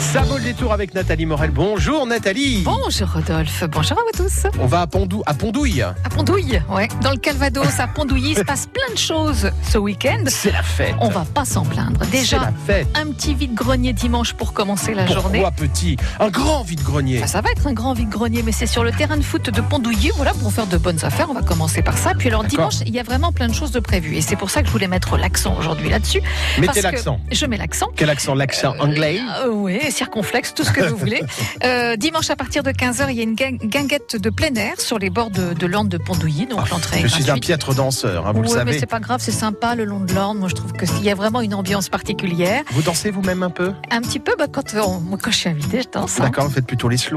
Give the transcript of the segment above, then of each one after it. Ça vaut le détour avec Nathalie Morel. Bonjour Nathalie. Bonjour Rodolphe, bonjour à vous tous. On va à, Pondou à Pondouille. À Pondouille, ouais. Dans le Calvados, à Pondouille, il se passe plein de choses ce week-end. C'est la fête. On va pas s'en plaindre. C'est Déjà, la fête. un petit vide-grenier dimanche pour commencer la Pourquoi journée. petit Un grand vide-grenier. Enfin, ça va être un grand vide-grenier, mais c'est sur le terrain de foot de Pondouillé. Voilà, pour faire de bonnes affaires, on va commencer par ça. Puis alors, D'accord. dimanche, il y a vraiment plein de choses de prévues. Et c'est pour ça que je voulais mettre l'accent aujourd'hui là-dessus. parce Mettez que l'accent. Je mets l'accent. Quel accent L'accent anglais Euh, oui, circonflexe, tout ce que vous voulez. Euh, dimanche à partir de 15h, il y a une guin- guinguette de plein air sur les bords de, de l'Orne de Pondouilly, donc Ah, l'entrée est Je suis un gratuite. piètre danseur, hein, vous le Ouais, mais savez. c'est pas grave, c'est sympa le long de l'Orne. Moi, je trouve que s'il y a vraiment une ambiance particulière, Vous dansez vous-même un peu un petit peu, bah, quand, on- moi, quand je suis invitée, je danse. hein. D'accord, vous faites plutôt les slow.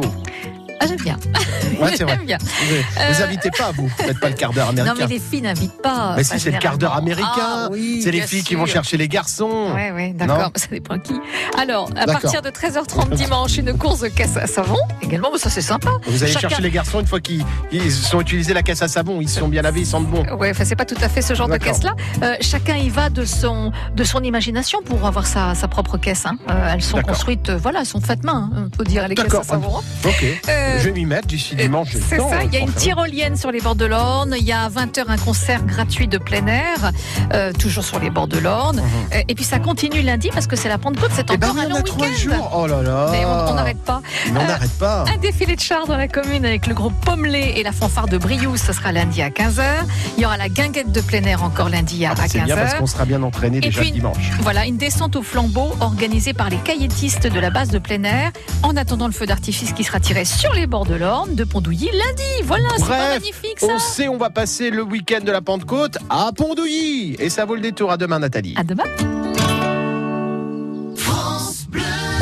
Ah, j'aime bien. Ouais, c'est vrai. j'aime bien. Vous, vous invitez pas, vous. Vous faites pas le quart d'heure Non, américain. mais les filles n'invitent pas. Mais euh, si, pas c'est le quart d'heure généralement. américain. Ah oui, C'est les bien filles qui vont sûr. chercher les garçons. Ouais, ouais, d'accord, ça dépend qui. Alors, à D'accord. partir de 13h30 dimanche, une course de caisse à savon également, mais ça c'est sympa. Vous allez Chacun- chercher les garçons une fois qu'ils ils ont utilisé la caisse à savon. Ils se sont bien lavés, ils sentent bon. Ouais, enfin, c'est pas tout à fait ce genre de D'accord. caisse-là. Euh, chacun y va de son, de son imagination pour avoir sa, sa propre caisse. hein. Euh, elles sont D'accord. construites, euh, voilà, elles sont faites main, hein, on peut dire, les caisses à D'accord. savon. Ok. Euh, Je vais m'y mettre d'ici dimanche. j'ai le C'est temps, ça, hein, il y a une franchement. tyrolienne sur les bords de l'Orne, il y a à 20h un concert gratuit de plein air, euh, toujours sur les bords de l'Orne. Mhm. Euh, Et puis ça continue lundi parce que c'est la Pentecôte, c'est Eh ben, encore oui, un on a long trois week-end. jours. Oh là là. Mais on on n'arrête pas. Mais on Euh, n'arrête pas. Un défilé de chars dans la commune avec le groupe Pommelé et la fanfare de Briouze, ce sera lundi à 15h. Il y aura la guinguette de plein air encore lundi à, Ah bah, à c'est bien parce 15h. qu'on sera bien entraîné déjà puis- le dimanche. Voilà, une descente au flambeau organisée par les caillettistes de la base de plein air en attendant le feu d'artifice qui sera tiré sur les bords de l'Orne, de Pondouilly, lundi. Voilà, c'est pas Bref, magnifique ça On sait, on va passer le week-end de la Pentecôte à Pondouilly. Et ça vaut le détour. À demain, Nathalie. À demain